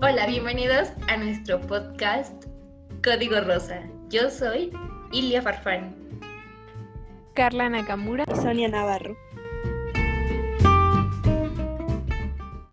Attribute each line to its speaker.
Speaker 1: Hola, bienvenidos a nuestro podcast Código Rosa. Yo soy Ilia Farfán.
Speaker 2: Carla Nakamura
Speaker 3: y Sonia Navarro.